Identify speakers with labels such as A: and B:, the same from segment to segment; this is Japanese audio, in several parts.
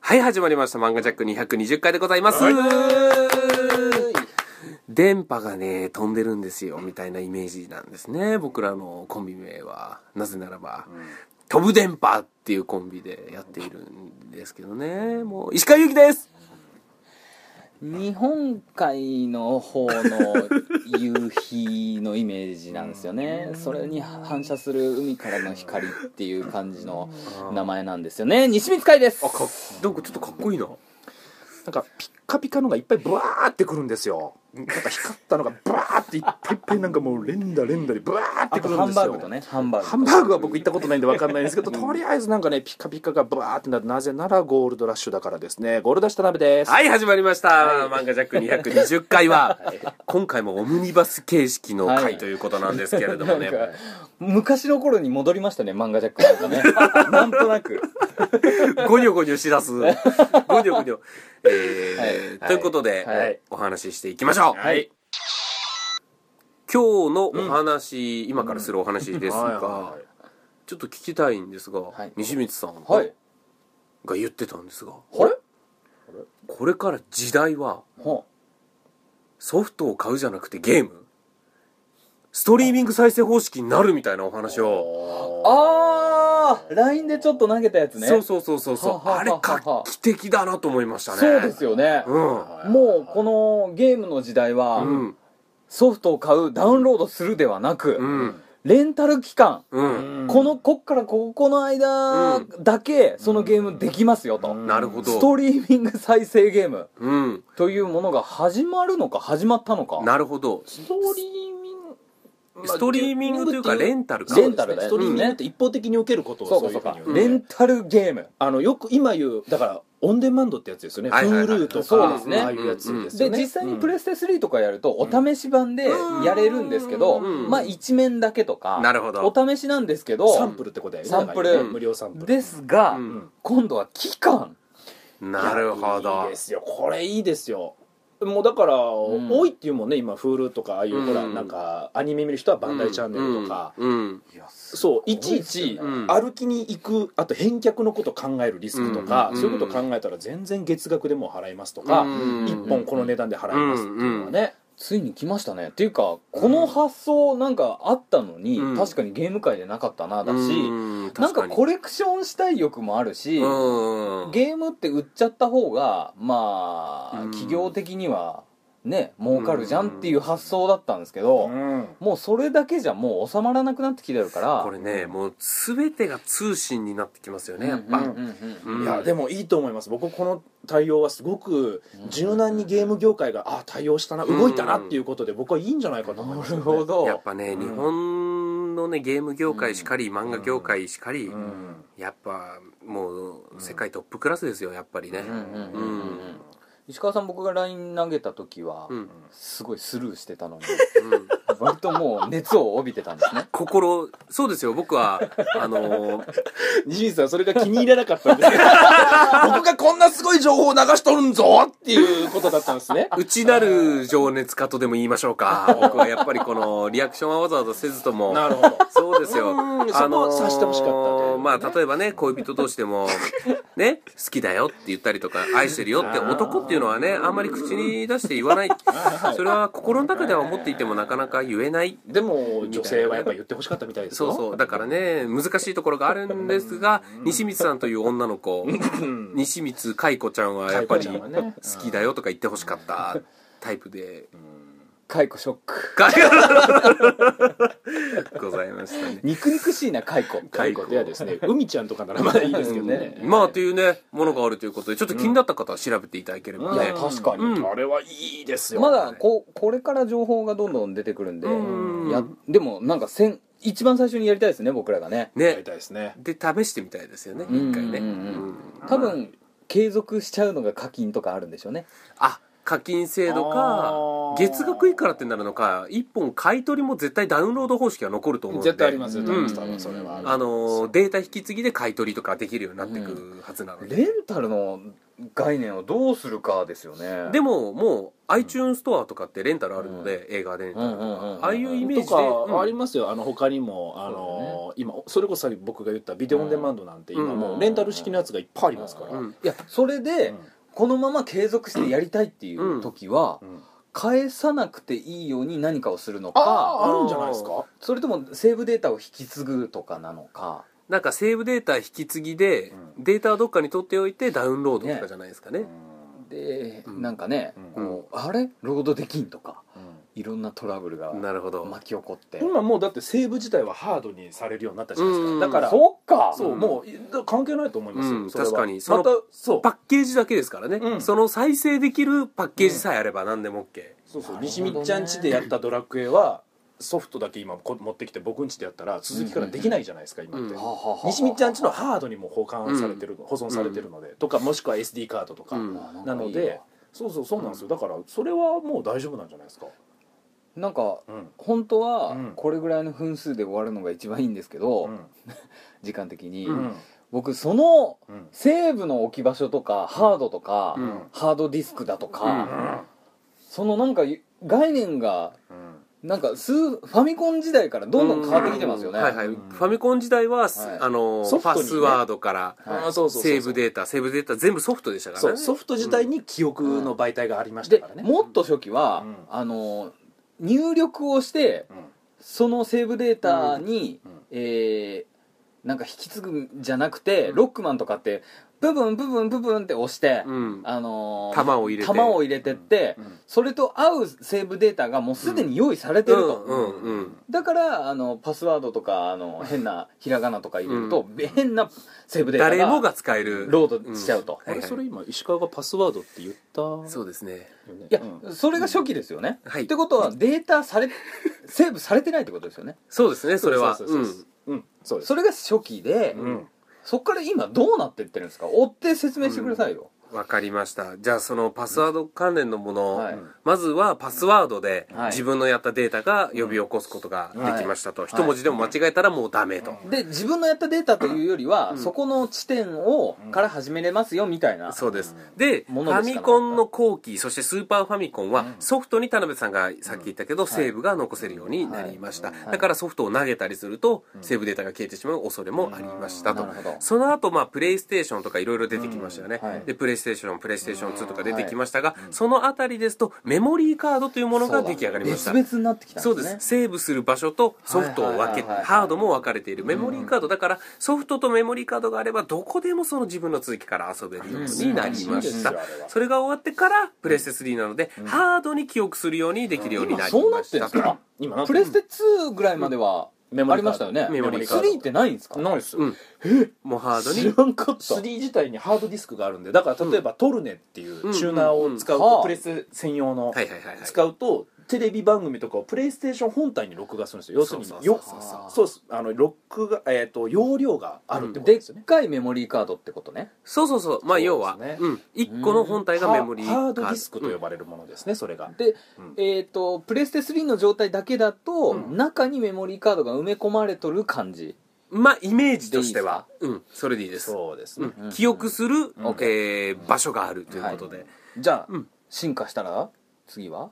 A: はい、始まりました。漫画ジャック220回でございます。
B: は
A: 電波がね、飛んでるんですよ、みたいなイメージなんですね。僕らのコンビ名は。なぜならば、飛ぶ電波っていうコンビでやっているんですけどね。もう、石川祐希です
B: 日本海の方の夕日のイメージなんですよねそれに反射する海からの光っていう感じの名前なんですよね西光海です
C: あかっ
A: なんかちょっとかっこいいな。
C: なんかピッカピカのがいっぱいブワーってくるんですよなんか光ったのがブワーっていっぱいいっぱいなんかもう連打連打でブワーって
B: あ
C: く
B: と
C: るん
B: ハ
C: で
B: ン
C: すよ
B: バーグとねハンバーグ
C: ハンバーグは僕行ったことないんで分かんないんですけどとりあえずなんかねピカピカがブワーってなってなぜならゴールドラッシュだからですねゴールドラッシュ田辺です
A: はい、始まりました。漫画ジャック220回 は、今回もオムニバス形式の
B: は
A: 回
B: い
A: ということなんですけれどもね。
B: なんか昔の頃に戻りましたね漫画ジャックなんか ねなんとなく
A: ゴニョゴニョしだ す。ゴニョゴニョ。えー
B: はい
A: ということで、
B: はい
A: お話ししていきましょう。
C: はい
A: 今日のお話、今からするお話ですが、
C: はいはいはい
A: ちょっと聞きたいんですが、
B: はい
A: 西光さん
B: はい
A: が言ってたんですが、
B: あれ
A: これから時代は
B: ほ
A: ソフトを買うじゃなくてゲームストリーミング再生方式になるみたいなお話を。
B: うああ LINE でちょっと投げたやつね
A: そうそうそうそうそう、
B: はははは
A: あれ画期的だなと思いましたね。
B: そうですよね、
A: うん。
B: もうこのゲームの時代は、
A: うん。
B: ソフトを買うダウンロードするではなく、
A: うん。
B: レンタル期間、
A: うん。
B: このこっからここの間だけそのゲームできますよと、
C: ん
A: なるほど。
B: ストリーミング再生ゲーム
A: うん。
B: というものが始まるのか始まったのか
A: なるほど。
D: ストリーミング
A: ストリーミングというかレンタルか
B: レンタルだよ
D: ストリーミングって一方的に受けることを
B: そうか
D: い
B: そう
D: ふう
B: か
D: に言う
B: レンタルゲーム
D: あのよく今言うだからオンデマンドってやつですよね
A: はいはいはい
D: Hulu とか
B: そうですね
D: ああいうやつです
B: で
D: よね
B: 実際にプレステ3とかやるとお試し版でやれるんですけど、
A: うん
B: まあ1面だけとか
A: なるほど
B: お試しなんですけど
D: サンプルってことだよね
B: サンプル
D: だからね無料サンプル
B: ですが、
A: うん
B: 今度は期間
A: なるほ
D: い
A: ど
D: やいいですよこれいいですよもうだから、
B: ん
D: 多いっていうもんね今 Hulu とかああいう、
A: うん
D: ほらなんかアニメ見る人はバンダイチャンネルとか、
A: うん
D: そういちいち
A: うん
D: 歩きに行くあと返却のこと考えるリスクとか、
A: うん
D: そういうこと考えたら全然月額でもう払いますとか、
A: うん
D: 一本この値段で払いますっていうのはね、
B: ついに来ましたねっていうかこの発想なんかあったのに、
A: うん
B: 確かにゲーム界でなかったなだし、
A: うん
B: なん
A: 確
B: かコレクションしたい欲もあるし、
A: うん
B: ゲームって売っちゃった方がまあ、
A: うん
B: 企業的にはね儲かるじゃんっていう発想だったんですけど、
D: うん
B: もうそれだけじゃもう収まらなくなってきてるから
A: これねもう全てが通信になってきますよねやっぱ、
B: うんうんうん
A: うん
D: いやでもいいと思います僕この対応はすごく柔軟にゲーム業界があ対応したな動いたなっていうことで僕はいいんじゃないかと思い
B: な
D: ます
B: る
D: よね
B: ほど
A: やっぱね、
D: うん
A: 日本のねゲーム業界しかり漫画業界しかり、
D: うん
A: やっぱもう世界トップクラスですよやっぱりね
B: うんうんうんうんうん
A: うん
B: 石川さん僕が LINE 投げた時は、
A: うん
B: すごいスルーしてたのに
A: うん
B: 割ともう熱を帯びてたんですね
A: 心そうですよ僕はあのー
D: 西水さんそれが気に入らなかったんですけど僕がこんなすごい情報を流しとるんぞっていうことだったんですね
A: 内なる情熱家とでも言いましょうか僕はやっぱりこのリアクションはわざわざせずとも
D: なるほど
A: そうですよ。
D: うんそこを察してほしかったというね
A: まあ、例えばね、恋人同士でも、ね、好きだよって言ったりとか、愛してるよって男っていうのはね、あんまり口に出して言わない。それは心の中では思っていてもなかなか言えない。
D: でも女性はやっぱ言ってほしかったみたいです
A: そ
D: よ
A: うそう。だからね、難しいところがあるんですが、西光さんという女の子、西光海子ちゃんはやっぱり
D: 海子ちゃんは
A: 好
D: ね
A: きだよとか言ってほしかったタイプで、
B: 解雇ショック
A: ガヤございましたね。
B: 肉肉しいな解雇
D: ということやですね海ちゃんとかならまだいいですけどね、
A: うんまあというねものがあるということでちょっと気になった方は調べていただければ
B: い
A: ね
B: や、確かに、
A: うん
D: あれはいいですよ
B: まだここれから情報がどんどん出てくるんで、
A: うん
B: やでもなんかせん一番最初にやりたいですね僕らがね
D: や
A: ね
D: りたいですね
A: で試してみたいですよね
B: うん
A: 一回ね
B: うんうん
A: うん
B: 多分継続しちゃうのが課金とかあるんでしょうね
A: あ課金制度か
D: あー
A: 月額いくらってなるのか一本買い取りも絶対ダウンロード方式は残ると思うんで
D: 絶対あります
A: う
D: よ、
A: ん
D: 多分多分それは
A: あのーデータ引き継ぎで買い取りとかできるようになっていくはずなので、
B: レンタルの概念をどうするかですよね
A: でももう iTunes ストアとかってレンタルあるので、映画レンタルとか、
B: うんうんうんうん
A: ああいうイメー
D: と
A: ジで、
D: かあり
A: うん
D: ますよ、あの他にもあ
B: そうだ
D: の今それこそさっき僕が言ったビデオオンデマンドなんて今もうレンタル式のやつがいっぱいありますから、
A: うん
B: いやそれで、
D: うん
B: このまま継続してやりたいっていう時は、
D: うん
B: 返さなくていいように何かをするの
D: あ
B: か
D: ああるんじゃないですか
B: それともセーブデータを引き継ぐとかなのか
A: なんかセーブデータ引き継ぎで、
D: う
A: データはどっかに取っておいてダウンロードとかじゃないですかね
B: で、
A: うん
B: なんかね、
D: う
B: こうあれロードできんとかいろんなトラブルが
A: なるほど、
B: 巻き起こって
D: 今もうだってセーブ自体はハードにされるようになったじゃないです
A: うん
D: かだから
B: そっか
D: そう
A: うん
D: もういだ関係ないと思います
A: う
D: よ
A: ん
D: それは
A: 確かにその
D: またそう
A: パッケージだけですからね、
D: うん
A: その再生できるパッケージさえあれば何でも OK、
D: そうそう
B: なるほど
D: 西
B: ね
D: 見ちゃん家でやったドラクエはソフトだけ今こ持ってきて僕ん家でやったら続きからできないじゃないですか今っ
A: う
D: て
A: ん
B: はあはあはあ
D: 西見ちゃん家のハードにも保管されてる保存されてるのでとかもしくは SD カードとか
A: うん
D: なの
B: いいわ
D: でそうそうそうなんですよだからそれはもう大丈夫なんじゃないですか
B: なんか
D: うん
B: 本当は
D: うん
B: これぐらいの分数で終わるのが一番いいんですけど、
D: うん
B: 時間的に、
A: うん
B: 僕その
D: うん
B: セーブの置き場所とかハードとか、
A: うん
B: ハードディスクだとか、
A: うん
B: そのなんか概念がなんかスーファミコン時代からどんどん変わってきてますよね、
A: うんはいはい、
D: うん
A: ファミコン時代は、す
B: はい
A: あの
D: ソフ
A: パ
D: トにね
A: スワードから
B: はい
D: あーそうそうそうそう
A: セーブデータセーブデータ全部ソフトでしたからね
D: そうソフト自体に記憶の媒体がありました
B: で
D: からね
B: もっと初期は、
D: うん
B: あの入力をして
D: うん
B: そのセーブデータに、
D: うんうん
B: えーなんか引き継ぐんじゃなくて、ロックマンとかってブブンブブンブブンって押して、
A: うん
B: あのー
A: 弾を入れて
B: 弾を入れてって、
D: うん
B: それと合うセーブデータがもうすでに用意されてると、
A: うんうんうん
B: だからあのパスワードとかあの変なひらがなとか入れると、変なセーブデータ
A: 誰も
B: が
A: が使える
B: ロードしちゃうと、
A: うんはい
D: あれそれ今石川がパスワードって言った
A: そうですね
D: よね
B: いや、
D: うん
B: それが初期ですよね、
A: はい
B: ってことはデータ されセーブされてないってことですよね
A: そうですねそれは
D: そうそうそうそううんそうです
B: それが初期で、
D: うん
B: そっから今どうなってってるんですか追って説明してくださいよ、
A: うんわかりましたじゃあそのパスワード関連のもの、
B: はい
A: まずはパスワードで
B: はい
A: 自分のやったデータが呼び起こすことができましたと、一文字でも間違えたらもうダメと、
B: で自分のやったデータというよりは、
A: ん
B: そこの地点を、から始めれますよみたいな
A: そうですでフ
B: もの
A: ァ
B: です
A: ミ
B: から
A: コンの後期そしてスーパーファミコンはソフトに田辺さんがさっき言ったけど、セーブが残せるようになりました、
B: い
A: だからソフトを投げたりすると、セーブデータが消えてしまう恐れもありましたと、
B: なるほど
A: その後、まあプレイステーションとかいろいろ出てきましたよね、
B: うんはい
A: でプレイステーションプレイステーション2とか出てきましたが、そのあたりですとメモリーカードというものが出来上がりました
B: そうだ別々になってきたんです
A: そ
B: ね
A: うですセーブする場所とソフトを分け
B: はいはいはいはい
A: ハードも分かれているメモリーカードだからソフトとメモリーカードがあればどこでもその自分の続きから遊べるようになりま
D: そうです
A: した
D: よあれは
A: それが終わってからプレステ3なのでハードに記憶するようにできるように
B: 今
A: なり
B: そう
A: ま
B: なって
A: し
B: る
A: た
B: んですか
D: 今なん
B: プ
D: か
B: レステ2ぐらいまでは
D: メモ
B: あ
D: リ
B: り
D: ーカ
B: ま
D: ード
B: したよね
A: メモリーカード
B: 3ってないんですか
D: ないですよ
A: うんもうハード
B: 知
A: に
B: らんかった
D: 3自体にハードディスクがあるんでだから例えばトルネっていうチューナーを使う
B: うんうんうんは
D: と
B: あ
D: プレステ専用の
A: はいはいはいはい
D: 使うとテレビ番組とかをプレイステーション本体に録画するんですよ要するに
A: そうそう
D: よ
A: そう
B: そう
D: そうですあの録画えっと容量があるってこと
B: で
D: ですよ
B: っ
D: ね
B: かいメモリーカードってことね
A: そうそうそうまあ要は
D: そうです
A: う
D: ね
A: ん1個の本体がメモリーカード
D: ハードディスクと呼ばれるものですねそれが
B: で、
D: うん
B: えっ、とプレステ3の状態だけだと、
D: うん
B: 中にメモリーカードが埋め込まれとる感じ
A: まあイメージとしてはうんそれでいいです
D: そうです
A: う
D: ね
A: ん記憶する
D: ん
A: えー場所があるということで
B: じゃあ、
A: うん
B: 進化したら次は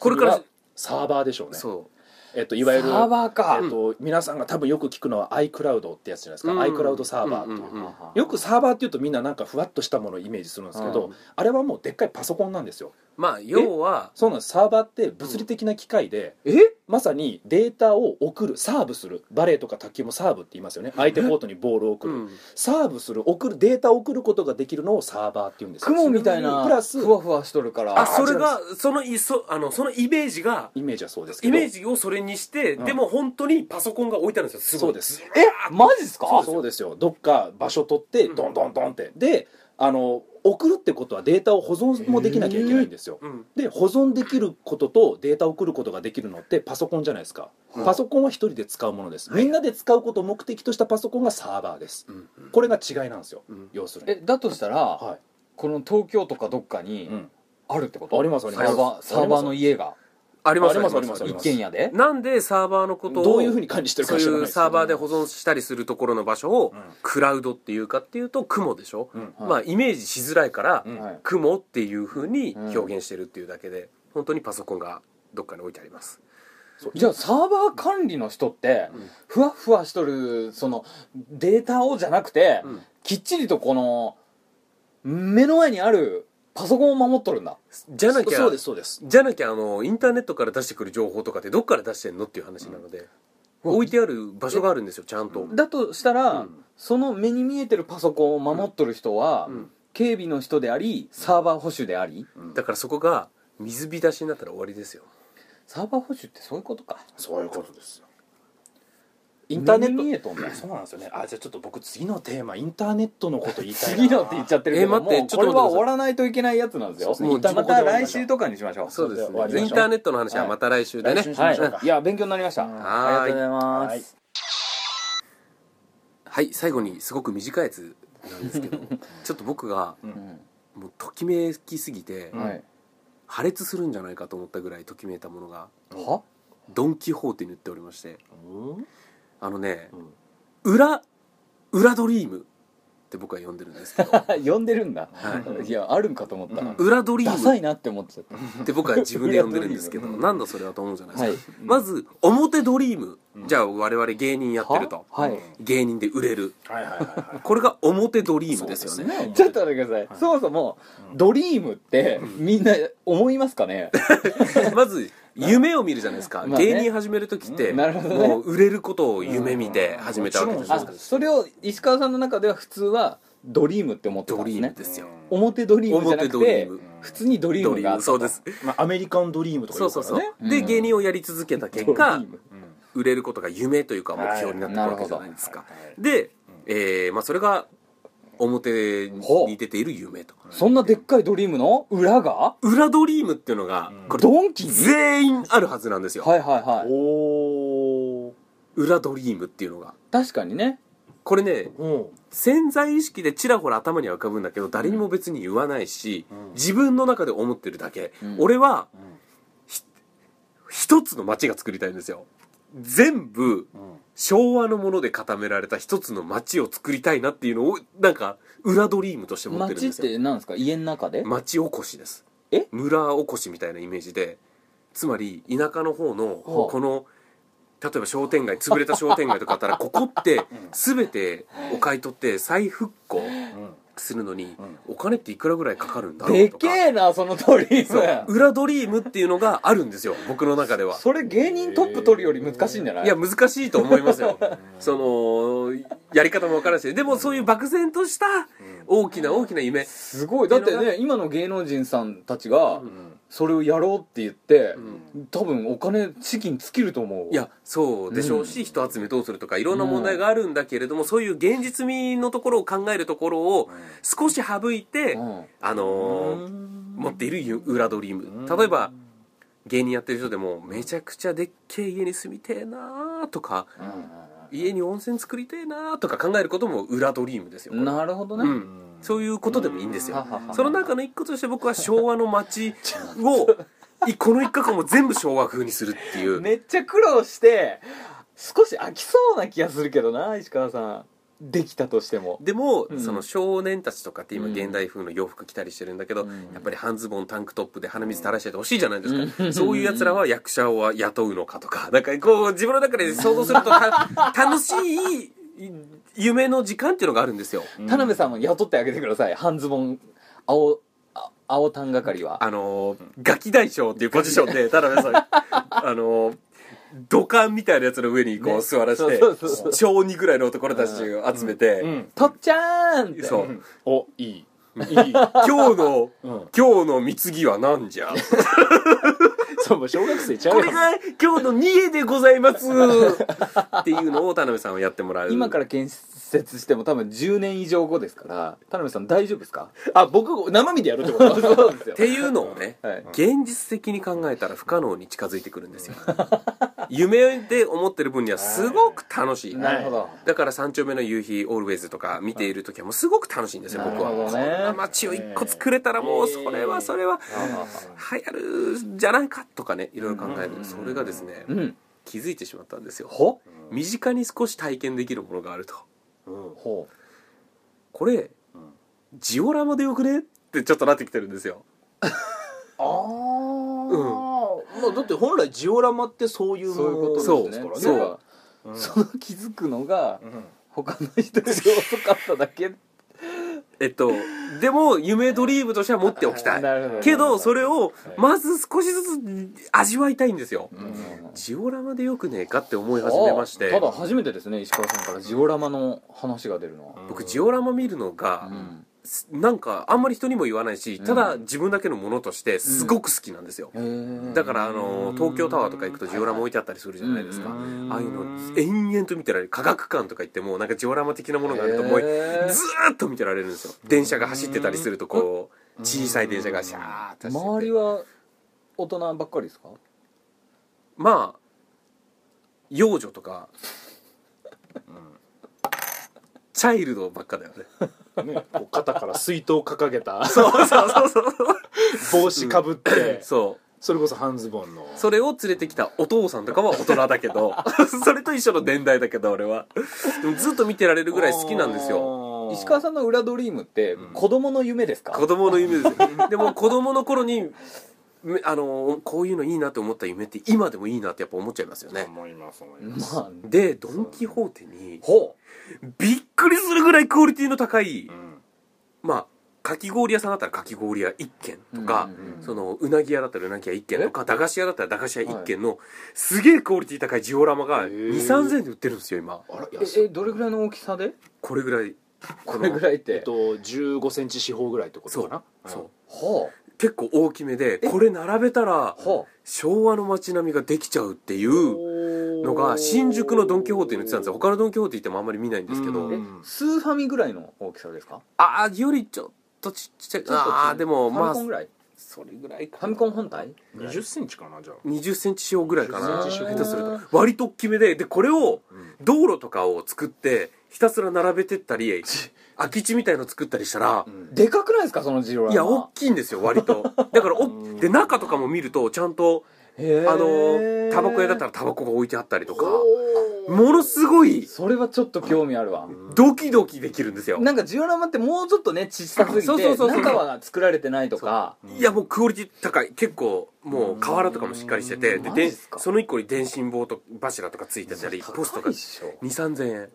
A: これから
D: 次はサーバーでしょうね
A: そう
D: えっといわゆる
B: サーバーか、
D: えっと皆さんが多分よく聞くのは iCloud ってやつじゃないですか
A: うん
D: iCloud サーバーという
A: うんうんうん
D: よくサーバーっていうとみんななんかふわっとしたものをイメージするんですけど、
B: うん
D: あれはもうでっかいパソコンなんですよ
A: まあ要は
D: そうなんですサーバーって物理的な機械で、
B: え
D: まさにデータを送るサーブするバレーとか卓球もサーブって言いますよね相手コートにボールを送る、
A: うん
D: サーブする送るデータを送ることができるのをサーバーって言うんですよ
B: 雲みたいな
D: プラス
B: ふわふわしとるから
A: あそれがそのいそあのそのイメージが
D: イメージはそうですけ
A: イ
D: ど
A: メージをそれにして、
D: うん
A: でも本当にパソコンが置いてあるんですよす
D: そ
A: ご
D: う
A: い
D: です
B: えマジっすか
D: そうですよどっか場所取って
A: うん
D: ドンドンドンってであの送るってことはデータを保存もできなきゃいけないんですよ、
A: うん
D: で保存できることとデータを送ることができるのってパソコンじゃないですか、パソコンは一人で使うものです、みんなで使うことを目的としたパソコンがサーバーです、
A: ん
D: これが違いなんですよ、
A: ん
D: 要するに
B: えだとしたら、
D: は
B: この東京とかどっかに、
D: い、うん
B: あるってこと
D: ありますあります
B: サーバーサーバーの家が
A: あります
D: ありますあり
B: 一
D: ます
B: 軒家で
A: なんでサーバーのことを
D: どういうふうに管理してる
A: そ
D: か
A: う
D: 知らないいうですけど
A: サーバーで保存したりするところの場所を
D: うん
A: クラウドっていうかっていうと雲でしょ、
D: うん
B: はい
A: まあイメージしづらいから
D: うん
B: はい
A: 雲っていうふうに表現してるっていうだけで本当にパソコンがどっかに置いてあります
B: じゃあサーバー管理の人って
A: うん
B: ふわふわしとるそのデータをじゃなくて、
A: うん
B: きっちりとこの目の前にあるパソコンを守っとるんだ
A: じゃなきゃ
D: そうですそうです
A: じゃなきゃあのインターネットから出してくる情報とかってどっから出してんのっていう話なので、置いてある場所があるんですよちゃんと、
B: だとしたら、
A: うん
B: その目に見えてるパソコンを守っとる人は、
A: うん
B: 警備の人でありサーバー保守であり
A: だからそこが水浸しになったら終わりですよ
B: サーバー保守ってそういうことか
C: そういうことですよ
D: インターネッ
B: 目
D: ト
B: に見えとんだ
D: そうなんですよねあじゃあちょっと僕次のテーマインターネットのこと言いたいな
B: 次のって言っちゃってるけど、
A: え待って
B: もう
A: ちょ
B: こ
A: っと待ってくださ
B: れ
A: い
B: は終わらないといけないやつなんですよ
D: そうですね
B: また来週とかにしましょう
A: そうです
D: 終わり
A: ね
D: ま
A: イ
D: しょう
A: ンターネットの話はまた来週でね、
C: はい来週
B: はい
C: しましょうか、
B: いや勉強になりました、
A: は
B: あ
A: ーい
B: りがとうございます、
D: はい
A: はい最後にすごく短いやつなんです けどちょっと僕が
B: う
A: もうときめきすぎて
B: んはい
A: 破裂するんじゃないかと思ったぐらいときめいたものが
B: は
A: ドン・キホーテに売っておりまして
D: うん
A: あのね
D: う
A: 「
D: ん
A: 裏裏ドリーム」って僕は呼んでるんですけど
B: 呼んでるんだ、、
A: はい
B: やあるんかと思った、
D: うん
A: 裏ドリ
B: ダサ
A: ー
B: いなって思っちゃった
A: ムって僕は自分で呼んでるんですけど
D: 裏ドリーム
A: なんだそれはと思うじゃないですか、
B: はい
A: まず表ドリーム、
D: うん
A: じゃあ我々芸人やってると
B: ははい、
A: 芸人で売れる
D: はいはいはいは
A: これが表ドリームですよね
B: ちょっと待ってください、そもそも、ドリームってみんな思いますかね
A: まず夢を見るじゃないですか、
B: まあね
A: 芸人始める時って、
B: うんなるほどね
A: もう売れることを夢見て始めたわけじゃないですか、
B: あそれを石川さんの中では普通はドリームって思ってた
A: ド
B: んで
A: リ
B: す
A: ーム
B: ね
A: ですよ、
B: 表ドリームじゃな
A: 表
B: く
A: ドリ
B: て
A: ーム
B: 普通にドリー
A: ド
B: ム
A: リ
B: が
A: ー
B: あっ
A: ム
B: た
A: そ
B: と
A: うです
D: いまあアメリカンドリームと
A: そ
D: か言
A: う
D: うか
A: そう
D: ら
A: そう
D: ね、
A: で
B: うん
A: 芸人をやり続けた結
B: ド
A: 果
B: リーム
D: うん
A: 売れることが夢というか目標になってくるわけじゃないですか、
D: はい
A: で、えーまあ、それが表に出ている夢と
B: そんなでっかいドリームの裏が
A: 裏ドリームっていうのが
D: うん
A: これ
B: ドンキに
A: 全員あるはずなんですよ、
B: はいはいはい
D: おお
A: 裏ドリームっていうのが
B: 確かにね
A: これね
D: うん
A: 潜在意識でちらほら頭には浮かぶんだけど誰にも別に言わないし、
D: うん
A: 自分の中で思ってるだけ、
B: うん
A: 俺は
D: うん
A: 一つの街が作りたいんですよ全部
D: うん
A: 昭和のもので固められた一つの街を作りたいなっていうのをなんか裏ドリームとして持ってるん
B: 街
A: で
B: っ
A: すよ
B: て何ですか家の中で
A: 町おこしです
B: え
A: 村おこしみたいなイメージでつまり田舎の方の
B: ほ
A: こ
B: う
A: の例えば商店街潰れた商店街とかあった らここって全てお買い取って再復興
D: うん
A: するのに
D: うん
A: お金っていくらぐらいかかるんだろ
B: で
A: うと
B: け
A: か
B: えなそのドリーム
A: 裏ドリームっていうのがあるんですよ僕の中では
B: それ芸人トップ取るより難しいんじゃない
A: いや難しいと思います よそのやり方もわからんしでもそういう漠然とした大きな大きな夢
B: すごいだってね今の芸能人さんたちが
D: うん
B: それをやろうって言って、
A: ん
B: 多分お金資金尽きると思う
A: いやそうでしょうし、人集めどうするとかいろんな問題があるんだけれども、そういう現実味のところを考えるところを少し省いて、
B: うん
A: あのー持っているゆ裏ドリーム、例えば芸人やってる人でもめちゃくちゃでっけえ家に住みてえなーとか、家に温泉作りてえなーとか考えることも裏ドリームですよ、
B: なるほどね、
A: うんそういうことでもいいんですよ
B: ははは
A: その中の一個として僕は昭和の 街をいこの一角も全部昭和風にするっていう、
B: めっちゃ苦労して少し飽きそうな気がするけどな石川さんできたとしても
A: でも、
B: うん
A: その少年たちとかって今
B: うん
A: 現代風の洋服着たりしてるんだけど、
B: うん
A: やっぱり半ズボンタンクトップで鼻水垂らしててほしいじゃないですか、そういうやつらは役者を雇うのかとかなんかこう自分の中で想像するとた楽しい夢の時間っていうのがあるんですよ
B: 田辺さんも雇ってあげてください半ズボン青あ青タン係は
A: あのーガキ大将っていうポジションで田辺さん あのー土管みたいなやつの上にこう
B: ね
A: 座らせて、
B: そうそうそう
A: 小2ぐらいの男たちを集めて、
D: うん
B: とっちゃーんって
A: そううん
D: おいいいい
A: 今日の
D: うん
A: 今日の貢ぎは何じゃ
D: そうもう小学生ちゃ
A: こ
D: うよ
A: れが今日の二重でございますっていうのを田辺さんはやってもらう
B: 今から建設しても多分10年以上後ですから田辺さん大丈夫ですか
D: あ僕生身でやるってこと
B: そう ですよ
A: っていうのをね、
B: はい
A: 現実的に考えたら不可能に近づいてくるんですよ夢で思ってる分にはすごく楽しい
B: なるほど
A: だから三丁目の夕日オールウェイズとか見ている時はもうすごく楽しいんですよ僕は
B: なるほ
A: こ
B: どね
A: んな街を一個作れたらもうそれはそれは流行るんじゃないかとかねいろいろ考えるそれがですね
B: うん
A: 気づいてしまったんですよ
B: ほ
A: 身近に少し体験できるものがあると
B: ほ
A: これジオラマでよくねってちょっとなってきてるんですよ
D: ああーまあだって本来ジオラマってそういうう
B: そういう
D: もの
B: ことですね
D: からね
A: そう
B: そう
D: うん
B: その気づくのが
D: うん
B: 他の人より遅かっただけ
A: えっとでも夢ドリームとしては持っておきたい
B: なるほど
A: けどそれをまず少しずつ味わいたいんですよ、
B: うん
A: ジオラマでよくねえかって思い始めまして
B: あただ初めてですね石川さんからジオラマの話が出るのは
A: 僕ジオラマ見るの
B: う
A: が、
B: ん
A: すなんかあんまり人にも言わないし
B: ん
A: ただ自分だけのものとしてすごく好きなんですよ、
B: へー
A: だからあの東京タワーとか行くとジオラマ置いてあったりするじゃないですか、
B: うん
A: ああいうの延々と見てられる科学館とか行ってもなんかジオラマ的なものがあると
B: へー
A: もうずーっと見てられるんですよ電車が走ってたりするとこう小さい電車がシャーって走ってて
B: 周りは大人ばっかりですか
A: まあ幼女とか、チャイルドばっかだよね
D: ねこう肩から水筒掲げた
A: そうそうそうそう
D: 帽子かぶって
A: そう
D: それこそ半ズボンの
A: それを連れてきたお父さんとかは大人だけど それと一緒の年代だけど俺はでもずっと見てられるぐらい好きなんですよ
D: よ
B: 石川さんの裏ドリームって子供の夢ですか
A: 子供の夢ですよでも子供の頃にめあのこういうのいいなって思った夢って今でもいいなってやっぱ思っちゃいますよね
C: 思います思います
B: まあ
A: でドン・キホーテに
B: ほ
A: びっくりするぐらいクオリティの高い、
C: うん
A: まあかき氷屋さんだったらかき氷屋1軒
B: う
A: とか、
B: うんうんうん
A: そのうなぎ屋だったらうなぎ屋1軒とか駄菓子屋だったら駄菓子屋1軒の、すげえクオリティ高いジオラマが
C: へー
A: 2 3千円で売ってるんですよ今
D: あら
B: え
D: 安い
B: えどれぐらいの大きさで
A: これぐらい
B: これぐらいっ
D: えってと15センチ四方ぐらいってこと
A: そ
D: かな
A: うそう
B: ほう
A: 結構大きめでこれ並べたら
B: ほ
A: 昭和の街並みができちゃうっていう
D: う
A: のが新宿のドン・キホーテに売ってたんですよ他のドン・キホーテ行ってもあんまり見ないんですけど
B: うえ
D: うん
B: スーファミぐらいの大きさですか
A: ああよりちょっとちっちゃい
B: ちょっと
A: ああでも
B: ファ
A: ま
B: ミ
A: あ
B: コンぐらい
A: それぐらいか
B: ファミコン本体
C: 2 0ンチかなじゃあ
A: 2 0ンチ四方ぐらいかな
B: 20
A: 下
B: 四方
A: 手すると割と大きめででこれを道路とかを作ってひたすら並べてったり 空き地みたいの作ったりしたら、
B: でかくないですかそのジオラマ
A: いや大きいんですよ割とだからおで中とかも見るとちゃんとあ
B: へー
A: のタバコ屋だったらタバコが置いてあったりとかものすごい
B: それはちょっと興味あるわ
A: ドキドキできるんですよ
B: なんかジオラマってもうちょっとね小さすぎ
A: そうそう
B: て
A: そうそう
B: 中は作られてないとか
A: いやもうクオリティ高い結構もう瓦とかもしっかりしててで
B: マジっ
A: です
B: か
A: その一個に電信棒と柱とかついてたりポスト
B: 高
A: が
B: いっしょ
A: 2 3千円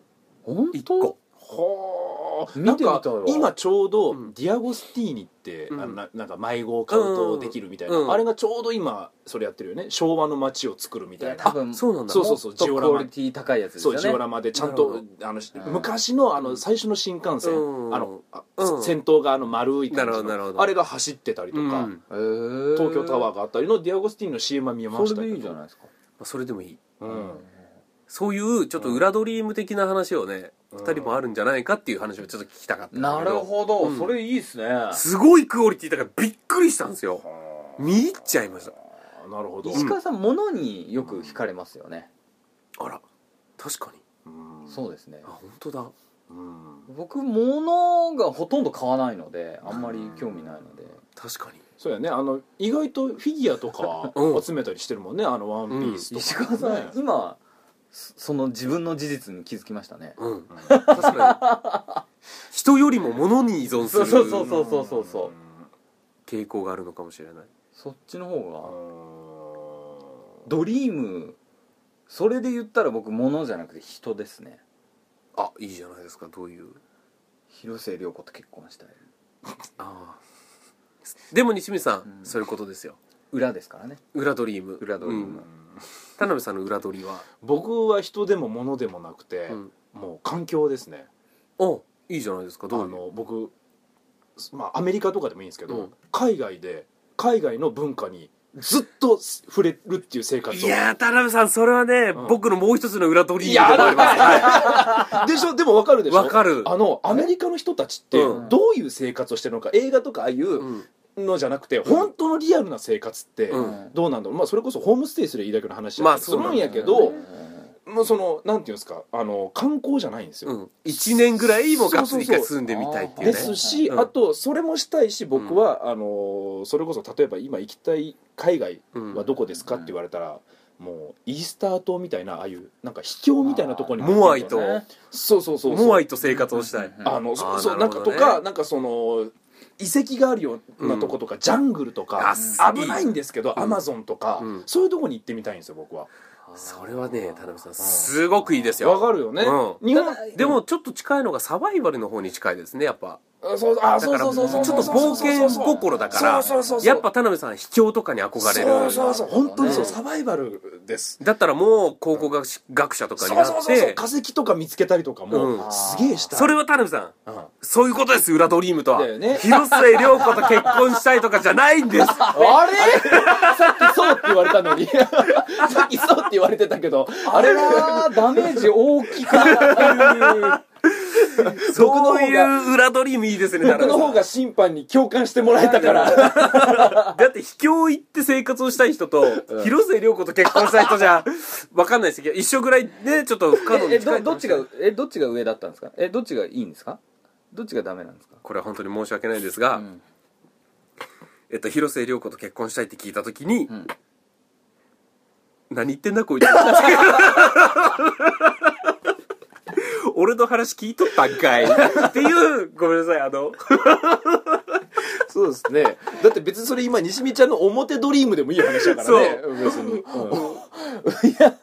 B: 本
A: 1
B: 当
A: 個
D: はあ
B: 見てみたいわ
D: なんか今ちょうど
A: うん
D: ディアゴスティーニって、
A: うん
D: あのななんか迷子を買うとできるみたいな、
A: うんうん
D: あれがちょうど今それやってるよね昭和の街を作るみ
B: い
D: た
B: や
D: いな
B: 多分
A: そうなんだ
D: そうそうそう
B: もっと
D: ジオラマ
B: クオリティ高いやつです
D: そう
B: よ
D: ジオ
B: ね
D: ラマでちゃん
A: な
D: と
A: る
D: あのし
B: うん
D: 昔のあの最初の新幹線、
A: うん
D: あのあ
A: うん
D: 先頭があの丸い
A: な
D: 感
A: る
D: じ
A: ほどなるほ
D: の
A: ど
D: あれが走ってたりと
A: うん
D: か、
A: ま
B: 東
D: 東京タワーがあったりのディアゴスティーニの CM は見まし
B: そ
D: た
B: れ
D: けど
B: でいいじゃないですか
A: あそれでもいい
D: うん
A: そういうちょっと裏ドリーム的な話をね、
D: う
A: 二
D: ん
A: 人もあるんじゃないかっていう話をちょっと聞きたかったんだ
B: な
A: け
B: るほど、
A: うん
B: それいいっすね
A: すごいクオリティだからびっくりしたんですよ
C: は
A: 見入っちゃいました
D: あなるほど
B: 石川さん物によく惹かれますよね、
A: あら確かに
C: うん
B: そうですね
A: あ本当だ
C: うん
B: 僕物がほとんど買わないのであんまり興味ないので
A: 確かに
D: そうやねあの意外とフィギュアとか
A: うん
D: 集めたりしてるもんね、あのワンピースとか、
B: 石川さん、
D: ね
B: 今そその自分の事実に気づきましたね
A: うん確か に人よりも物に依存す
B: そうそうそう
A: る
B: そうそうそうそう
A: 傾向があるのかもしれない
B: そっちの方が
C: う
B: ドリームそれで言ったら僕物じゃなくて人ですね
A: あいいじゃないですかどういう
B: 広末涼子と結婚したい
A: ああでも西水さん、
B: うん
A: そういうことですよ
B: 裏ですからね
A: 裏ドリーム
B: 裏ドリーム
A: うん田辺さんの裏取りは、
D: 僕は人でも物でもなくて、
A: うん、
D: もう環境ですね
A: おいいじゃないですか
D: あ
A: どういう
D: の僕、まあ、アメリカとかでもいいんですけど、
A: うん
D: 海外で海外の文化にずっと触れるっていう生活を
A: いやー田辺さんそれはね、
D: うん
A: 僕のもう一つの裏取り
D: いや
A: だと思いますは
D: でしょでもわかる
A: い
D: でしょ
A: わかる
D: あのアメリカの人たちって
A: うん
D: どういう生活をしてるのか映画とかああいううんのじゃなくて本当のリアルな生活って
A: うん
D: どうなんだろう、まあ、それこそホームステイするいいだけの話
A: まあ
D: だする
A: そうんな
D: や
A: だ
D: け
A: よ
D: ど、もうそのなんていうんですかあの観光じゃないんですよ、
A: うん、1年ぐらいもガッツリか住んでみたいっていうね
D: ですし、
A: うん
D: あとそれもしたいし僕は、あのそれこそ例えば今行きたい海外
A: うん
D: はどこですかって言われたら、もうイースター島みたいなああいうなんか秘境みたいなところに
A: モアイと
D: そうそうそうそう
A: モアイと生活をしたい、
B: うん
D: あのそ
A: あー
D: うそう
A: な
D: な
A: るほ
D: んか
A: ど
D: と
A: ね
D: かなんかその遺跡があるようなとことか、ジャングルと
A: あ
D: か
A: す
D: 危ないんですけど、
A: うん
D: アマゾンとか、
A: うん
D: そういうとこに行ってみたいんですよ僕は
A: それはね田辺さんすごくいいです
D: わ
A: よ
D: かるよね、
A: う
D: 日本
A: でもちょっと近いのがサバイバルの方に近いですねやっぱ
D: あそうあ
A: だ
D: そ
A: か
D: う
A: ら
D: そうそう
A: ちょっ
D: そう
A: と冒険心だから
D: そうそうそうそう
A: やっぱ田辺さん秘境とかに憧れ
D: そう
A: る
D: そうそう本当にそう
A: ね
D: サバイバルです
A: だったらもう考古学し学者とか
D: そ
A: に
D: う
A: な
D: そう
A: っ
D: そうそう
A: て
D: 化石とか見つけたりとか
A: う
D: も
A: ん
D: すげえしたい
A: それは田辺さん
D: うん
A: そういうことです裏ドリームとは
D: だよね
A: 広末涼子と結婚したいとかじゃないんです
D: あれさっきそうって言われたのに さっきそうって言われてたけど
B: あれはダメージ大きくなって
D: 僕
A: そ
D: の方が
A: ういう裏ドリームいいですね田辺
D: 僕の
A: さ
D: 方
A: ん
D: が審判に共感してもらえたから
A: だって秘境行って生活をしたい人と、広末涼子と結婚したい人じ ゃ、わかんないですけど、一緒ぐらいで、ちょっと不可能
B: るえ
A: に近
B: ど
A: い
B: どっちがえどっちが上だったんですかえどっちがいいんですかどっちがダメなんですか
A: これは本当に申し訳ないですが、
B: うん
A: えっと、広末涼子と結婚したいって聞いたときに、
B: うん
A: 何言ってんだこいつ。 俺の話聞いとったんかい。っていう、ごめんなさい、あの、
D: そうですねだって別にそれ今西見ちゃんの表ドリームでもいい話だからね別に、
B: いや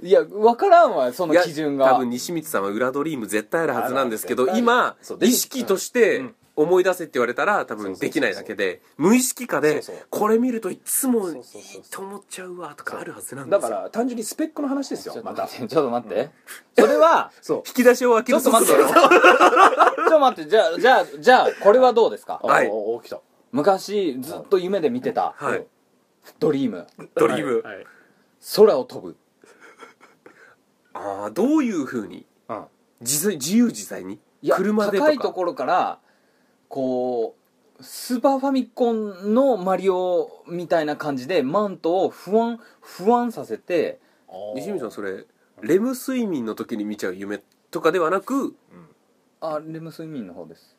B: いや分からんわその基準
A: いや
B: が
A: 多分西光さんは裏ドリーム絶対あるはずなんですけ
D: あ
A: ど
D: るある
A: 今
D: そうで
A: 意識として
D: うん
A: 思い出せって言われたら多分できないだけで無意識化で
D: そうそう
A: これ見るといつもいい
D: そ
A: う
D: そうそう
A: と思っちゃうわとかあるはずなんで
D: だ
A: す
D: か
A: よ
D: ら単純にスペックの話です
B: ちょ
D: よ
B: っと
D: また
B: 待ってちょっと待ってそれ は
D: そう
A: 引き出しを開け
B: ちょ
A: る
B: っと待って
A: そう
B: よ
A: そう
B: ちょっと待ってじゃあじゃあじゃあこれはどうですか
A: あはい
D: おお来た
B: 昔ずっと夢で見てた
A: はい
B: ドリーム
A: ドリーム
D: はいはい
B: 空を飛ぶ
A: ああどういうふうに
D: うん
A: 自在自由自在に
B: いや
A: 車で
B: 高い
A: と
B: と
A: か
B: ころからこうスーパーファミコンのマリオみたいな感じでマントを不安不安させて
A: 西光さんそれレム睡眠の時に見ちゃう夢とかではなくっ
B: あレム睡眠の方です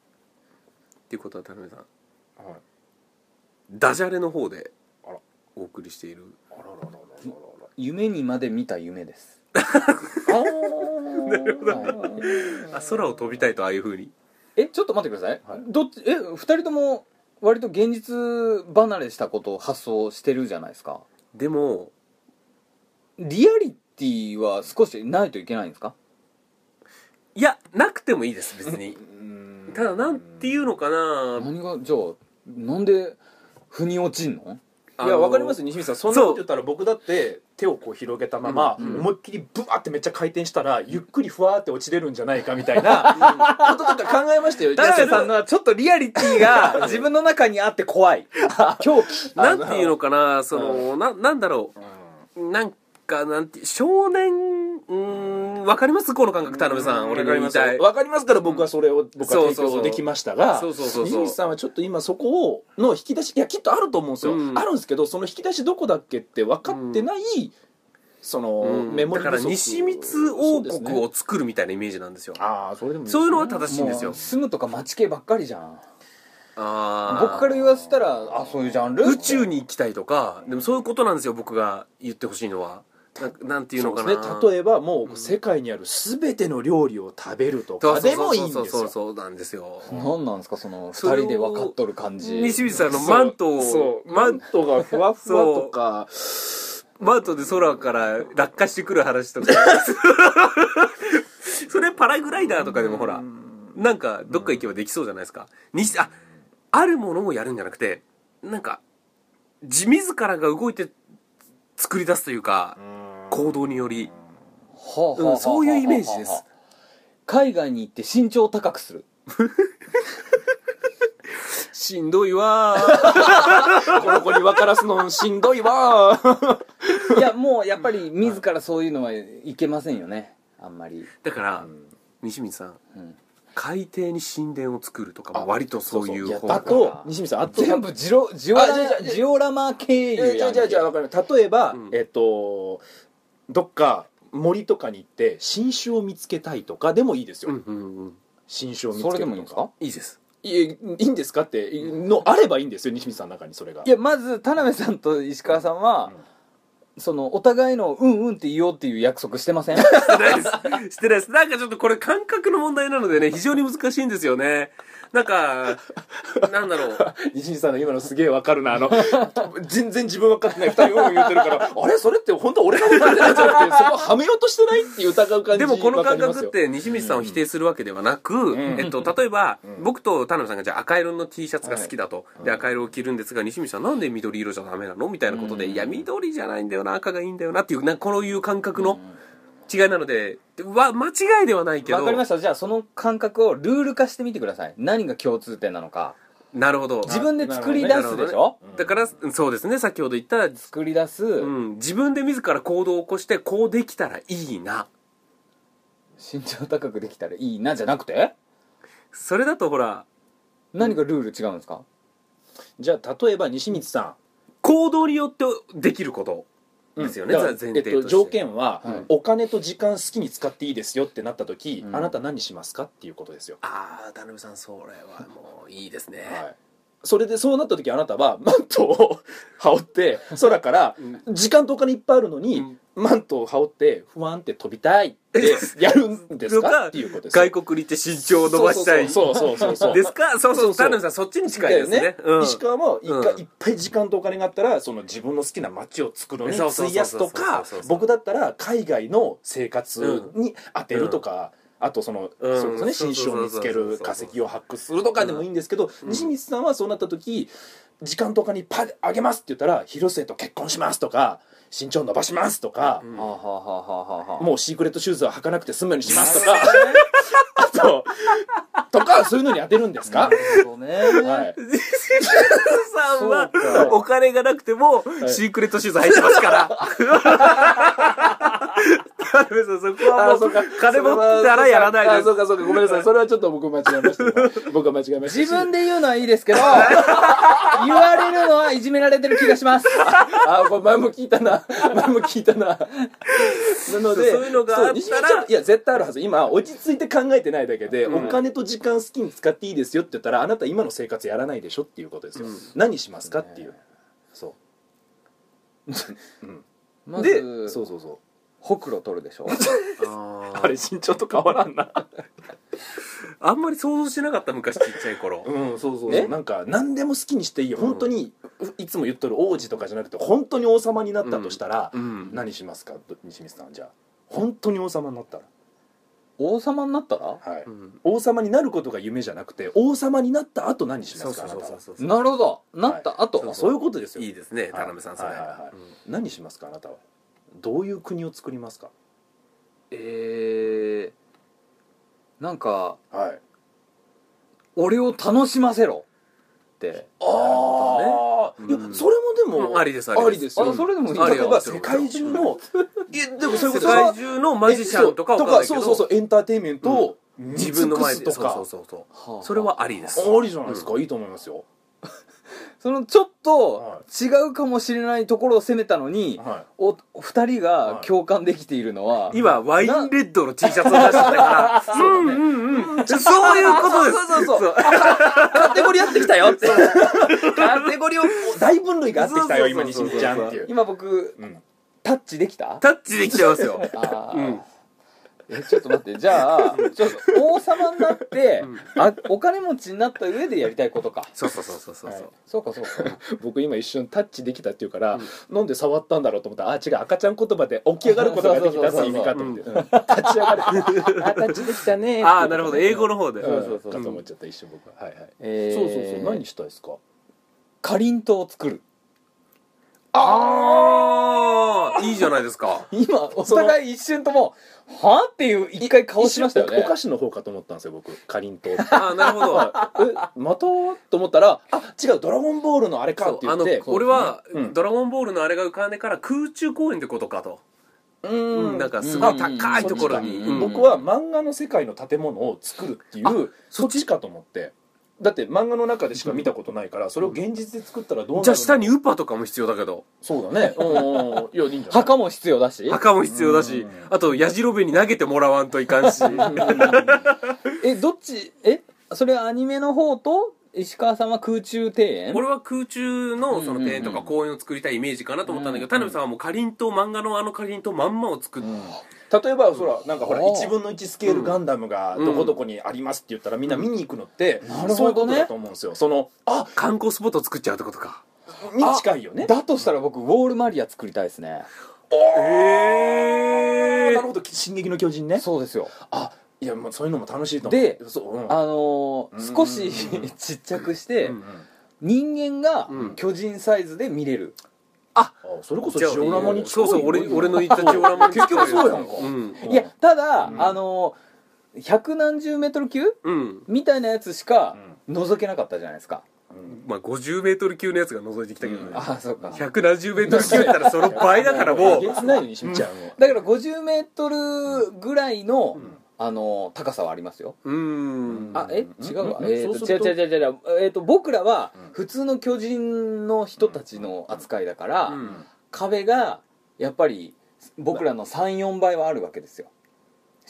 A: ていうことは田辺さん
D: はい
A: ダジャレの方で
D: あら
A: お送りしている
D: あららららららら
B: 夢にまで見た 夢です
D: あ
A: あ空を飛びたいとああいうふうに
B: えちょっと待ってください、
D: はい
B: どっちえ二人とも割と現実離れしたことを発想してるじゃないですか
A: でも
B: リアリティは少しないといけないんですか
A: いやなくてもいいです別にただなんていうのかな
B: 何がじゃあなんで腑に落ちんの
A: あの
D: いやわかります西見さんそんなこと言ったら僕だって手をこう広げたまま
B: うんうん
D: 思いっきりブワーってめっちゃ回転したらゆっくりふわーって落ちれるんじゃないかみたいなこととか考えましたよ
B: 田辺さんのはちょっとリアリティが自分の中にあって 怖い狂気
A: なんていうのかなそのななんだろうなんかなんて少年うーんわかりますこの感覚田辺さん俺が言いたい
D: わかりますから僕はそれを僕
A: そう
D: は提
A: そうそう
D: 供できましたが
A: そうそうそうそう
D: 西光さんはちょっと今そこをの引き出しいやきっとあると思うんですよ、
A: うん
D: あるんですけどその引き出しどこだっけって分かってない、その、
A: うん
D: メ
A: だ
D: モリ
A: か
D: 不
A: ら
D: 足
A: 西光王
D: そうです
A: 国
D: ね
A: を作るみたいなイメージなんですよ
D: ああそれでもいいです
A: そ
D: ね
A: ういうのは正しいんです
B: も
A: よ
B: う住むとか街系ばっかりじゃん
A: あー
B: 僕から言わせたらあそういうジャンル
A: 宇宙に行きたいとかでもそういうことなんですよ僕が言ってほしいのはななんていうのかな
D: そうですね例えばもう世界にある全ての料理を食べるとかでもいいんです
A: そうそうそう
D: よ
A: そうなんですよ
B: 何なんですかその二
A: それを
B: 人で分かっとる感じ
A: 西光さんのマントを
D: マ
A: マ
D: ン
A: ン
D: トがふわふわとか
A: マントで空から落下してくる話 とかそれパラグライダーとかでもほらなんかどっか行けばできそうじゃないですか西ああるものをやるんじゃなくてなんか自自らが動いて作り出すというか行動により
B: はあはあはあはあ
A: うんそういうイメージです
B: 海外に行って身長を高くする
A: しんどいわー
D: この子に分からすのしんどいわー
B: いやもうやっぱり自らそういうのはいけませんよねあんまり、
A: だから、
D: ん
A: 西光さん
B: うん
A: 海底に神殿を作るとかも割とそういう
B: そうそ
A: 方
B: ういや
D: あ
A: が
D: と西見さんあと
B: 全部ジロジオラ
D: あじゃあじゃあじゃあ
B: ジオラマ経
D: じ
B: 由
D: ゃ
B: や
D: あ
B: ん
D: じゃあじゃあ分かる例えば、
A: うん
D: えっとどっか森とかに行って新種を見つけたいとかでもいいですよ、
A: うんうんうん
D: 新種を見つけ
B: そ
D: たいと
B: れでもいいんですか
A: いいです
D: いえいいんですかっていのあればいいんですよ西見さんの中にそれが
B: いやまず田辺さんと石川さんは、そのお互いの「うんうん」って言おうっていう約束してませ ん
A: してないです してないですなんかちょっとこれ感覚の問題なのでね非常に難しいんですよねなんかなんだろう
D: 西見さんの今のすげえわかるな あの全然自分分かってない2人うんうん言ってるからあれそれって本当俺のこと言ってないんじゃなくてそこはめようとしてないって疑う感じ
A: でもこの
D: わか
A: 感
D: ります
A: 覚っ
D: よ
A: て西光さんを否定するわけではなく、えっと、例えば、僕と田辺さんがじゃあ赤色の T シャツが好きだと、で赤色を着るんですが西光さんなんで緑色じゃダメなのみたいなことで、いや緑じゃないんだよな赤がいいんだよなっていうなこういう感覚の違いなので、わ間違いではないけど
B: わかりましたじゃあその感覚をルール化してみてください何が共通点なのか
A: なるほど
B: 自分で作り出すでしょ、
A: だからそうですね先ほど言った、
B: 作り出す、
A: うん、自分で自ら行動を起こしてこうできたらいいな
B: 身長高くできたらいいなじゃなくて
A: それだとほら
B: 何がルール違うんですか、
D: じゃあ例えば西光さん
A: 行動によってできることですよね、
D: だから
A: 前提として、
D: えっと、条件は、
B: はい
D: お金と時間好きに使っていいですよってなった時、
B: うん
D: あなた何しますかっていうことですよ、
A: ああ田辺さんそれはもういいですね、
D: はい、それでそうなった時あなたは マントを羽織って空から
A: う
D: 時間とお金いっぱいあるのに、
A: うん
D: マントを羽織って不安って飛びたいってやるんです
A: とか
D: かっていうことです
A: 外国に行って身長を伸ばしたい
D: そうそうそうそうそう
A: ですかそうそう
D: そうそう
A: 田辺さんそっちに近いですね
D: だよ
A: うん、
D: 石川もいっか
A: うん
D: いっぱい時間とお金があったらその自分の好きな街を作るのに
A: そうそうそう
D: 費やすと
A: そ
D: か
A: うそうそう
D: 僕だったら海外の生活に当てるとか、あとその、
A: うん
D: それこそね
A: そう
D: 新
A: そうそ
D: 種
A: う
D: を見つける
A: そうそう
D: 化
A: そう
D: 石を発掘するとかでもいいんですけど、西光さんはそうなった時時間とお金パッあげますって言ったら広末と結婚しますとか身長伸ばしますとか、
A: うん
B: はあはあはあはあはあ
D: もうシークレットシューズは履かなくて済むようにしますとかあととかそういうのに当てるんですか
B: な、るほどね、
D: はい
A: 石川さんは
B: そうか
A: お金がなくても
D: い
A: シークレットシューズ履いてますから 田辺さんそこはも
D: あ
A: う
D: そうか
A: 金持ってたらやらない
D: あ
A: で
D: そう
A: す
D: かそうかごめんなさいそれはちょっと僕間違え ました僕は間違えました
B: 自分で言うのはいいです けど言われるのはいじめられてる気がします
D: あこれ前も聞いたな 前も聞いたななので
A: そういうのがあったら
D: そう西村ちゃんいや絶対あるはず今落ち着いて考えてないだけで、
A: うん
D: お金と時間好きに使っていいですよって言ったらあなた今の生活やらないでしょっていうことですよ、
A: うん
D: 何しますかっていう、そ
B: ま
A: で
D: う
B: ず
D: そうそうそう
B: ほくろ取るでしょ
A: あ
D: あれ身長と変わらんな
A: ーあんまり想像してなかった昔ちっちゃい頃
D: うんそうそう
B: ね
D: なんか何でも好きにしていいよ本当に、いつも言っとる王子とかじゃなくて本当に王様になったとしたら、
A: うん
D: 何しますかど西光さんじゃあ本当に王様になったら、
B: 王様になったら
D: はい
A: うん
D: 王様になることが夢じゃなくて王様になった後何し
A: そ
D: ま
A: う
D: す
A: そ
D: か
A: う
D: あ
A: そ
D: な
A: う
D: た
A: そうそ
D: は
A: う
B: そうなるほどなった後、
D: あそういうことですよ
A: いいですね田辺さんそれ
D: はいはいはい
A: うん
D: 何しますかあなたはどういう国を作りますか
B: えー、なんか
D: はい
B: 俺を楽しませろって
D: ああ、
A: ね
D: いや
A: うん
D: それもでも、
A: うんありですあ
D: あ
A: りです
D: りですよ
B: あそれでもいい
D: 例えば
A: ありです
D: 世界中のいやでもそう
A: 世
D: いうことは
A: 界中のマジシャンとかわかんないけど
D: そうそうそうエンターテインメントを
A: 自分の前で
D: 見尽くすとか
A: そうそうそう
B: はあは
A: そう
B: あ
A: それはありです
D: ありじゃないですか、いいと思いますよ
B: そのちょっ
D: は
B: と違うかもしれないところを攻めたのに、
D: は
B: お二人が共感できているのは、
A: 今ワインレッドの T シャツを出してたからうんうんうんそういうことです
B: そうそうそう
D: カテゴリーやってきたよってカテゴリーを大分類が合ってきたよ今
A: そうそ
D: 西
A: うそうそう
D: 見ちゃんっていう
B: 今僕
D: うん
B: タッチできた
A: タッチできちゃいますよ
B: あー
A: うん
B: えちょっと待ってじゃあちょっと王様になって、あお金持ちになった上でやりたいことか
A: そうそうそうそうそう
D: はい
B: そうかそうか
D: 僕今一瞬タッチできたっていうから、なんで触ったんだろうと思ったらあ違う赤ちゃん言葉で起き上がることができたっていう意味かと思って、うん立ち上がるあタッチできたね
A: ああなるほど英語
D: の
A: の方で
D: そう
B: そうそう
D: かと思っちゃった一瞬僕ははいはい、
B: えー
D: そうそうそう何したいですか
B: かりんとうを作る
A: ああいいじゃないですか。
B: 今お互い一瞬とも「はあ?」っていう一回顔しましたよ
D: 一瞬
B: ね
D: おお菓子の方かと思ったんですよ僕かりん とうえ
A: ああ、なるほど。
D: またと思ったら「あ違うドラゴンボールのあれか」って言
A: あ
D: っ
A: の
D: て、
A: 俺は、
D: うん
A: ドラゴンボールのあれが浮かんでから空中公園ってことかと。
D: うん
A: なんかすごい高いところに。
B: うん
A: うん
D: 僕は漫画の世界の建物を作るっていうそっちかと思ってだって漫画の中でしか見たことないからそれを現実で作ったらどうなる
A: じゃあ下にウパとかも必要だけど。
D: そうだねうんうんうんいやいいんじゃない
B: 墓も必要だし
A: 墓も必要だし、あと、矢印に投げてもらわんといかん し。
B: えどっちえそれアニメの方と石川さんは空中庭園
A: 俺は空中のその庭園と
B: うん
A: か
B: うんうん
A: 公園を作りたいイメージかなと思ったんだけど、
B: う
A: 田
B: んうん
A: 辺さんはもうかりんとう、漫画のあのかりんとうまんまを作っ
D: 例えばそらなんかほら
B: あー
D: 1分の1スケールガンダムがどこどこにありますって言ったらみんな見に行くのって
B: なるほどね
D: そういうことだと思うんですよそのあ
A: 観光スポットを作っちゃうってことか。
D: に近いよね
B: だとしたら僕ウォールマリア作りたいですね
A: ええ
D: なるほど「進撃の巨人ね」
B: そうですよ
D: あいやもうそういうのも楽しいと思う
B: で
D: そう、うん
B: あのー
D: うん
B: 少し ちっちゃくして
A: うん
B: 人間が
A: うん
B: 巨人サイズで見れる
D: あそれこそジオラマに近
A: そ
D: いう
A: そう、俺、俺の言ったジオラマに近い
D: 結局そうやんか
A: うん。
D: うん
B: いやただ
D: うん
B: あのー百何十メートル級
A: うん。
B: みたいなやつしか覗けなかったじゃないですか
D: うん
A: まあ、50メートル級のやつが覗いてきたけどね。
D: うん
B: あそうか
A: 1 7 0メートル級だったらその倍だからも
D: え げ
A: う
D: つないのにしみちゃん
B: だから50メートルぐらいの、
D: ん
B: あの高さはありますよ。
A: うーん
B: あ、え、違うわ。
D: うん
B: えっ、
D: そう
B: と、
D: する
B: 違う
D: と
B: 違う違う違う。えっ、と、僕らは
D: うん
B: 普通の巨人の人たちの扱いだから、
A: うん
B: 壁がやっぱり僕らの3、4倍はあるわけですよ。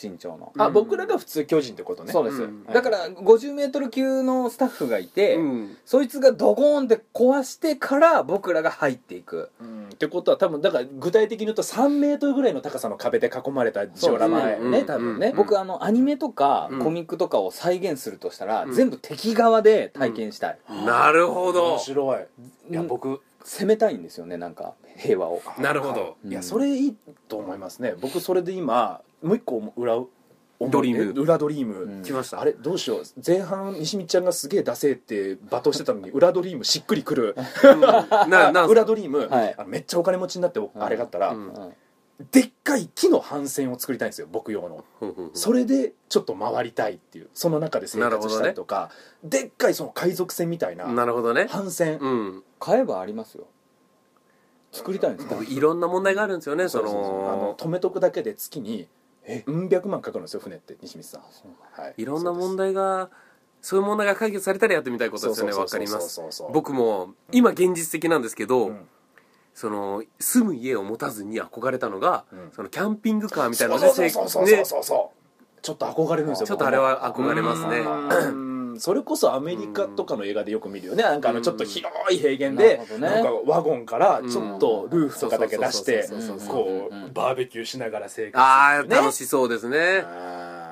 B: 身長の。
D: あ僕らが普通巨人ってことね
B: そうです、
A: うん
B: だから50メートル級のスタッフがいて、
A: うん
B: そいつがドゴーンって壊してから僕らが入っていく。
D: うんってことは多分だから具体的に言うと3メートルぐらいの高さの壁で囲まれたジオラマだよ
A: そうです
D: ね
A: ね
D: 多分ね
A: うん
B: 僕あのアニメとか
A: うん
B: コミックとかを再現するとしたら、
A: うん
B: 全部敵側で体験したい、
A: なるほど
D: 面白いいや
B: うん
D: 僕
B: 攻めたいんですよねなんか平和を
A: なるほど
B: うん
D: いやそれいいと思いますね僕それで今もう一個裏思い
A: ドリーム
D: え裏ドリー
B: うん
D: ム
A: 来ました
D: あれどうしよう前半西見ちゃんがすげえダセーって罵倒してたのに裏ドリームしっくりくる
A: うんなな
D: 裏ドリーム
B: はい
D: あのめっちゃお金持ちになってあれがあったら
A: うん
B: うん
D: でっかい木の帆船を作りたいんですよ僕用の
A: うんうん
D: それでちょっと回りたいっていうその中で生活したりとか、でっかいその海賊船みたい
A: な
D: な
A: るほどね
D: 帆船、
A: うん
B: 買えばありますよ作りたいんですか
A: いろんな問題があるんですよねそ
D: そうそうそうあの
A: の
D: 止めとくだけで月に
B: え
D: うん百万かかるんですよ船って西光さん、はい、
A: いろんな問題がそういう問題が解決されたらやってみたいことですよね
D: そう
A: わ
D: そ
A: か
D: うそう
A: り
D: そう
A: ます
D: そうそうそう
A: 僕も今現実的なんですけど、
D: うん
A: その住む家を持たずに憧れたのが、
D: うん
A: そのキャンピングカーみたいなの
D: そう
A: で
D: そ
A: せ
D: うそうそうそう
A: ね
D: そうそうちょっと憧れるんですよ
A: ちょっとあれは憧れますね
D: うんそれこそアメリカとかの映画でよく見るよねなんかあのちょっと広い平原
B: なる
D: で
B: ほどね
D: なんかワゴンからちょっとルーフとかだけ出して
A: そう
B: そうそうそう
D: こ
B: うん
D: うバーベキューしながら生活
A: ああ
D: ね
A: 楽しそうですね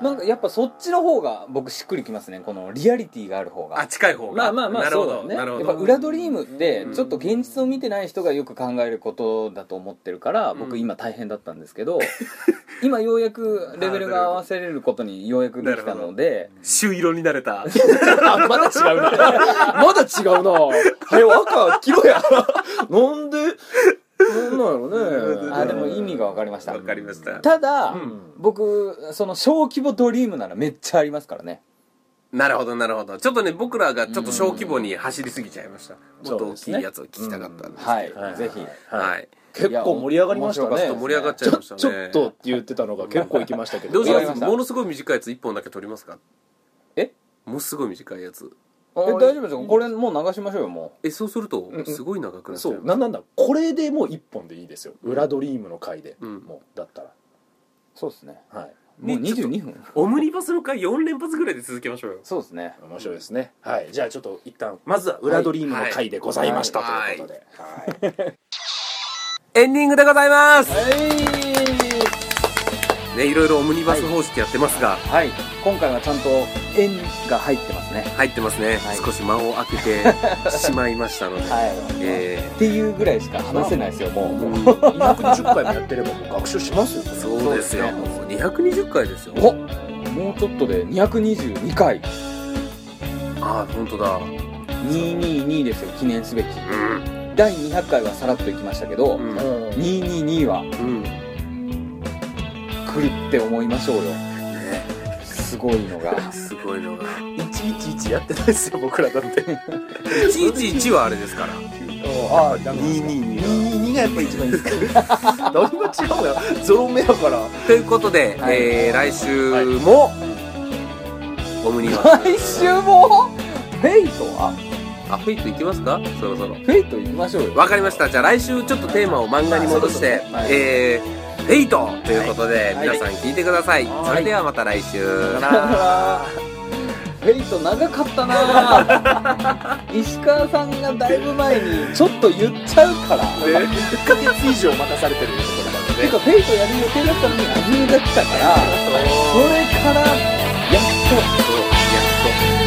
B: なんかやっぱそっちの方が僕しっくりきますねこのリアリティがある方
A: あ
B: が
A: 近い方が
D: まあまあまあ
A: なるほ
D: そ
A: ど
D: うだね
A: なるほ
B: やっ
A: ど
B: ぱ裏ドリームってちょっと現実を見てない人がよく考えることだと思ってるから
A: ん
B: 僕今大変だったんですけど今ようやくレベルが合わせれることにようやくできたので
A: 朱色になれた
D: あまだ違うな まだ違うなはよ赤切ろやなんでなんなんやろね
B: あでも意味が分かりました
A: わかりました
B: ただ、
D: ん
B: 僕その小規模ドリームならめっちゃありますからね
A: なるほどなるほどちょっとね僕らがちょっと小規模に走りすぎちゃいましたもっと大きいやつを聞きたかったんです
B: はい、
D: はい
B: ぜひ
A: はい
D: 結構盛り上がりました
B: いや面白
D: ね
B: かっ
A: 盛り上がっちゃいましたね
D: ちょっとって言ってたのが結構いきましたけど
A: どうしま
B: わかりますした
A: ものすごい短いやつ1本だけ取りますか
B: え
A: ものすごい短いやつ
B: え大丈夫ですよこれもう流しましょうよも
A: えそうするとすごい長くなっち
D: そ
A: ゃいうま
D: な
A: す
D: んなんだこれでもう一本でいいですよ裏ドリームの回で、
A: うん
D: もうだったら
B: うそうですね
D: はい
B: もう
A: ねちょっと
B: 22分
A: オムニバスの回4連発ぐらいで続けましょうよ
B: そうですね
D: 面白いですね、はいじゃあちょっと一旦まずは裏ドリームの回でございました、
A: はい
D: ということで、はい
A: エンディングでございます
B: は
A: ねいろいろオムニバス方式やってますが
B: い、はい、今回はちゃんと円が入ってますね
A: 入ってますね
B: はい
A: 少し間を空けて しまいましたので
B: はい、
A: えー
B: っていうぐらいしか話せないですよもう、
D: 220回もやってればもう学習しますよ
A: そうですよもう220回ですよ
B: おもうちょっとで222回
A: ああ本当だ
B: 222ですよ記念すべき
A: うん
B: 第200回はさらっといきましたけど、
A: うん
D: う、ん
B: 222は
A: うん
B: 来るって思いましょうよすごいのが
A: すごいのが
C: 111やってないですよ僕らだって
A: 111はあれです から
B: ああ
A: 222
C: 222がやっぱ一番いいですか何が違うのよゾロ目だから
A: ということで、
B: はい
A: えー来週も、オムニバ ス
B: 来週もフェイトは
A: あフェイト行きますかそろそろ
B: フェイト行きましょうよ
A: わかりましたじゃあ来週ちょっとテーマを漫画に戻して「
B: はい
A: えーフェイト」ということで、
B: はい
A: 皆さん聞いてください、
B: はい
A: それではまた来週、
B: フェイト長かったな 石川さんがだいぶ前にちょっと言っちゃうから、
C: 1ヶ月以上待たされてる
B: てかフェイトやる予定だったのにアニメが来たからそれから
A: そう
B: やっと
A: やっと